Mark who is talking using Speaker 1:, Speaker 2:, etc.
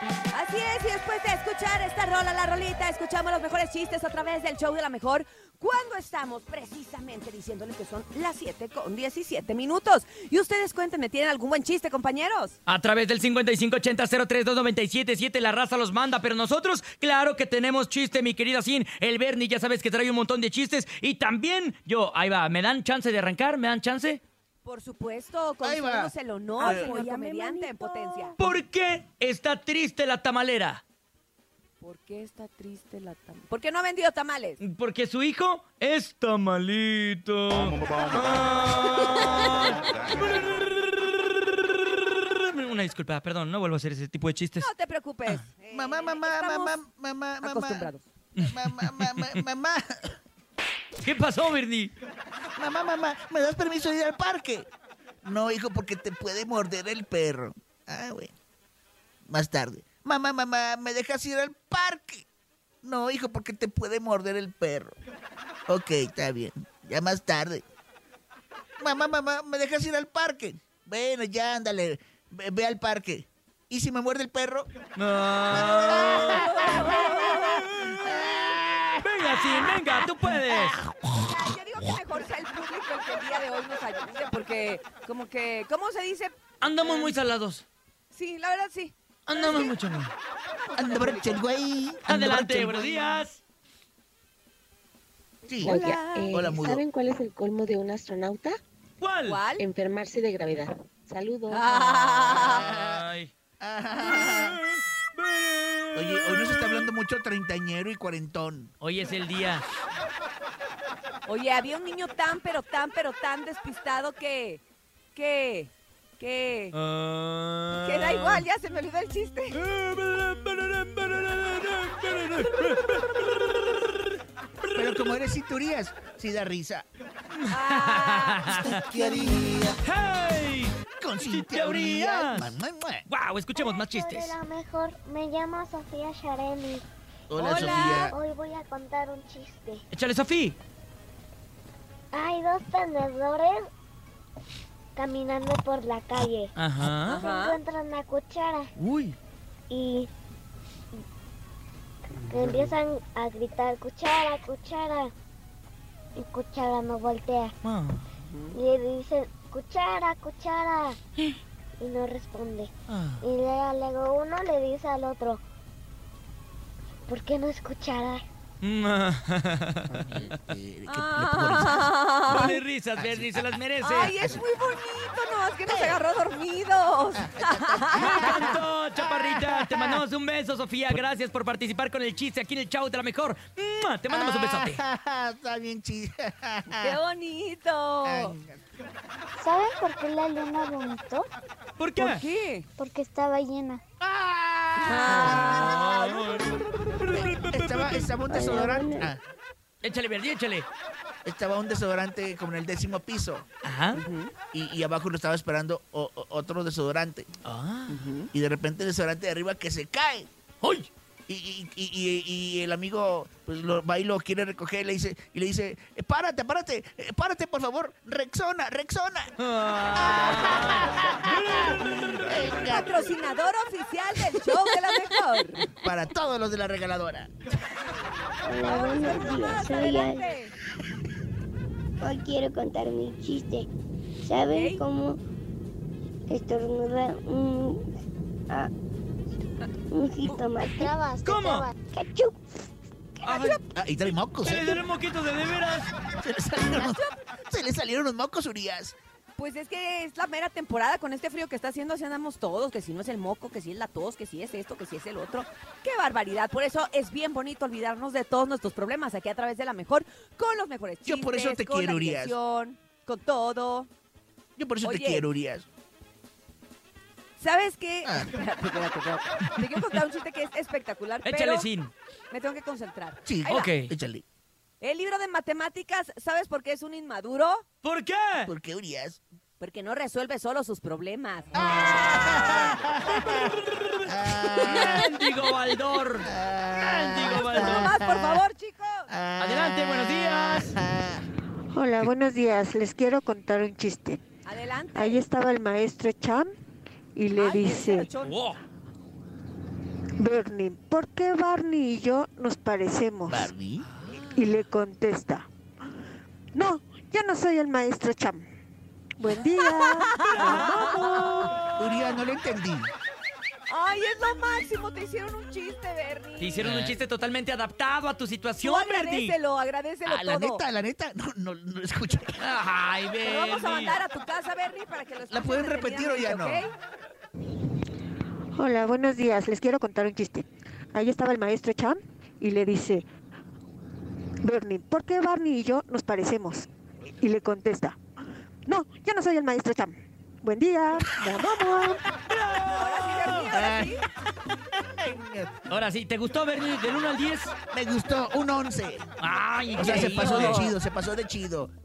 Speaker 1: Así es, y después de escuchar esta rola, la rolita, escuchamos los mejores chistes a través del show de la mejor. Cuando estamos precisamente diciéndoles que son las 7 con 17 minutos. Y ustedes cuéntenme, ¿tienen algún buen chiste, compañeros?
Speaker 2: A través del 5580-032977, la raza los manda, pero nosotros, claro que tenemos chiste, mi querida Sin. El Bernie, ya sabes que trae un montón de chistes. Y también, yo, ahí va, ¿me dan chance de arrancar? ¿Me dan chance?
Speaker 1: Por supuesto, concedemos el honor, señor comediante en potencia.
Speaker 2: ¿Por qué está triste la tamalera?
Speaker 1: ¿Por qué está triste la tam ¿Por qué no ha vendido tamales?
Speaker 2: Porque su hijo es tamalito. Ah. Una disculpa, perdón, no vuelvo a hacer ese tipo de chistes.
Speaker 1: No te preocupes. eh,
Speaker 3: Mamá, mamá,
Speaker 1: estamos
Speaker 3: mamá, mamá, mamá.
Speaker 1: acostumbrados.
Speaker 3: Mamá, mamá, mamá, mamá,
Speaker 2: ¿Qué pasó, Bernie?
Speaker 3: mamá, mamá, ¿me das permiso de ir al parque? No, hijo, porque te puede morder el perro. Ah, bueno. Más tarde. Mamá, mamá, ¿me dejas ir al parque? No, hijo, porque te puede morder el perro. Ok, está bien. Ya más tarde. Mamá, mamá, ¿me dejas ir al parque? Bueno, ya, ándale. Ve, ve al parque. ¿Y si me muerde el perro?
Speaker 2: No. Venga, Sin, venga, tú puedes.
Speaker 1: Ay, Yo digo que mejor sea el público el que el día de hoy nos ayude, porque como que, ¿cómo se dice?
Speaker 2: Andamos muy salados.
Speaker 1: Sí, la verdad sí.
Speaker 2: Andamos mucho.
Speaker 3: Anda, borracho el güey. Anda, borracho
Speaker 2: Adelante,
Speaker 3: el
Speaker 2: buenos
Speaker 3: güey.
Speaker 2: días.
Speaker 3: Sí.
Speaker 4: Hola, eh,
Speaker 3: Hola, mudo.
Speaker 4: ¿saben cuál es el colmo de un astronauta?
Speaker 2: ¿Cuál?
Speaker 1: ¿Cuál?
Speaker 4: Enfermarse de gravedad. Saludos.
Speaker 1: Ah,
Speaker 2: Ay.
Speaker 3: Oye, hoy nos está hablando mucho treintañero y cuarentón.
Speaker 2: Hoy es el día.
Speaker 1: oye, había un niño tan, pero tan, pero tan despistado que, que, que, que da igual, ya se me olvidó el chiste.
Speaker 3: Pero como eres cinturías, sí da risa.
Speaker 1: Ah,
Speaker 3: ¿Qué haría
Speaker 2: ¡Hey!
Speaker 3: con
Speaker 2: Sin teorías?
Speaker 3: Mua, mua, mua.
Speaker 2: ¡Wow! Escuchemos más
Speaker 5: Hola,
Speaker 2: chistes.
Speaker 5: sobre la mejor, me llamo Sofía Sharemi.
Speaker 1: Hola.
Speaker 3: Hola,
Speaker 2: Ah.
Speaker 3: Sofía.
Speaker 5: Hoy voy a contar un chiste.
Speaker 2: Échale, Sofía.
Speaker 5: Hay dos tenedores caminando por la calle.
Speaker 2: Ajá.
Speaker 5: Se
Speaker 1: Ajá.
Speaker 5: encuentran una cuchara
Speaker 2: Uy.
Speaker 5: y empiezan a gritar cuchara, cuchara. Y cuchara no voltea.
Speaker 2: Ah.
Speaker 5: Y le dicen cuchara, cuchara. Y no responde.
Speaker 2: Ah.
Speaker 5: Y le- luego uno le dice al otro, ¿por qué no escuchara?
Speaker 3: Eh, ¿qué-
Speaker 1: ah.
Speaker 2: Ponle risas, Bernie, se las merece.
Speaker 1: Ay, es muy bonito, no, es que nos agarró dormidos.
Speaker 2: Tanto, chaparrita, te mandamos un beso, Sofía. Gracias por participar con el chiste aquí en el Chau de la Mejor. ¡Mua! Te mandamos un besote.
Speaker 3: Ah, Está bien chido.
Speaker 1: ¡Qué bonito!
Speaker 5: ¿Saben por qué la luna vomitó?
Speaker 2: ¿Por qué?
Speaker 1: ¿Por qué?
Speaker 5: Porque estaba llena.
Speaker 1: Ah,
Speaker 2: Ay, bueno.
Speaker 3: Estaba, estaba un desodorante. ah,
Speaker 2: Échale, Bernie, échale.
Speaker 3: estaba un desodorante como en el décimo piso.
Speaker 2: Ajá.
Speaker 3: Y, y abajo lo estaba esperando o- o- otro desodorante.
Speaker 2: Ah.
Speaker 3: Y de repente el desodorante de arriba que se cae.
Speaker 2: ¡Uy!
Speaker 3: Y, y- y- y- y el amigo pues, lo, va y lo quiere recoger y le dice, y le dice "Eh, párate, párate, eh, párate por favor, Rexona, Rexona. Venga,
Speaker 1: Patrocinador oficial del show de la mejor.
Speaker 3: para todos los de la regaladora.
Speaker 5: Ah,
Speaker 6: Hola, buenos días.
Speaker 1: Más
Speaker 6: Soy Al.
Speaker 1: adelante.
Speaker 6: Hoy quiero contar mi chiste. ¿Saben
Speaker 1: Ok.
Speaker 6: cómo estornuda un, a- un jitomate?
Speaker 5: Trabas, te
Speaker 2: ¿Cómo?
Speaker 5: trabas.
Speaker 6: ¡Cachup!
Speaker 2: Ay,
Speaker 3: Ah, y trae mocos,
Speaker 2: ¡Se le
Speaker 3: ¿eh?
Speaker 2: dieron moquitos de de veras!
Speaker 3: Se le salieron, se le salieron unos mocos, Urias.
Speaker 1: Pues es que es la mera temporada con este frío que está haciendo, así andamos todos, que si no es el moco, que si es la tos, que si es esto, que si es el otro. ¡Qué barbaridad! Por eso es bien bonito olvidarnos de todos nuestros problemas aquí a través de la mejor, con los mejores
Speaker 3: Yo
Speaker 1: chistes,
Speaker 3: por eso te
Speaker 1: con
Speaker 3: quiero,
Speaker 1: la
Speaker 3: Urias.
Speaker 1: diversión, con todo.
Speaker 3: Yo por eso te
Speaker 1: Oye.
Speaker 3: quiero, Urias.
Speaker 1: ¿Sabes qué?
Speaker 3: Ah.
Speaker 1: Espérate, espérate, espérate. Te quiero contar un chiste que es espectacular,
Speaker 2: Échale,
Speaker 1: pero
Speaker 2: Sin.
Speaker 1: me tengo que concentrar.
Speaker 3: Sí,
Speaker 1: Ahí va.
Speaker 2: ok.
Speaker 3: Échale.
Speaker 1: El libro de matemáticas, ¿sabes por qué es un inmaduro?
Speaker 2: ¿Por qué?
Speaker 3: ¿Por qué, Urias?
Speaker 1: Porque no resuelve solo sus problemas.
Speaker 3: Ah.
Speaker 2: ¡Mendigo Ah. Baldor!
Speaker 3: Ah.
Speaker 2: ¡Mendigo
Speaker 1: Uno
Speaker 2: Baldor!
Speaker 1: más, por favor, chicos.
Speaker 2: Adelante, buenos días.
Speaker 7: Hola, buenos días. Les quiero contar un chiste.
Speaker 1: Adelante.
Speaker 7: Ahí estaba el maestro Cham y le
Speaker 1: Ay, ese
Speaker 7: dice,
Speaker 1: lechón.
Speaker 2: Wow.
Speaker 7: Bernie, ¿por qué Barney y yo nos parecemos?
Speaker 3: Barney.
Speaker 7: Y le contesta, no, yo no soy el maestro Cham. Buen día.
Speaker 3: Uriah, no lo entendí.
Speaker 1: Ay, es lo máximo. Te hicieron un chiste, Bernie.
Speaker 2: Te hicieron un chiste totalmente adaptado a tu
Speaker 1: Tú
Speaker 2: situación, Bernie.
Speaker 1: agradecelo, agradecelo
Speaker 3: Ah, la
Speaker 1: todo.
Speaker 3: neta, la neta, no, no, no lo escuché.
Speaker 2: Ay,
Speaker 1: Te
Speaker 2: Bernie.
Speaker 1: lo vamos a mandar a tu casa, Bernie, para que lo escuches
Speaker 3: pueden repetir o ya no?
Speaker 1: detenidamente, ¿ok?
Speaker 7: Hola, buenos días. Les quiero contar un chiste. Ahí estaba el maestro Cham y le dice, Bernie, ¿por qué Barney y yo nos parecemos? Y le contesta, no, yo no soy el maestro Cham. Buen día. Nos vamos.
Speaker 1: Ahora sí, Bernie, ahora sí.
Speaker 2: Ahora sí, ¿te gustó, Bernie, del 1 al 10?
Speaker 3: Me gustó un 11.
Speaker 2: Ay,
Speaker 3: O sea, se pasó de
Speaker 2: increíble.
Speaker 3: chido, se pasó de chido.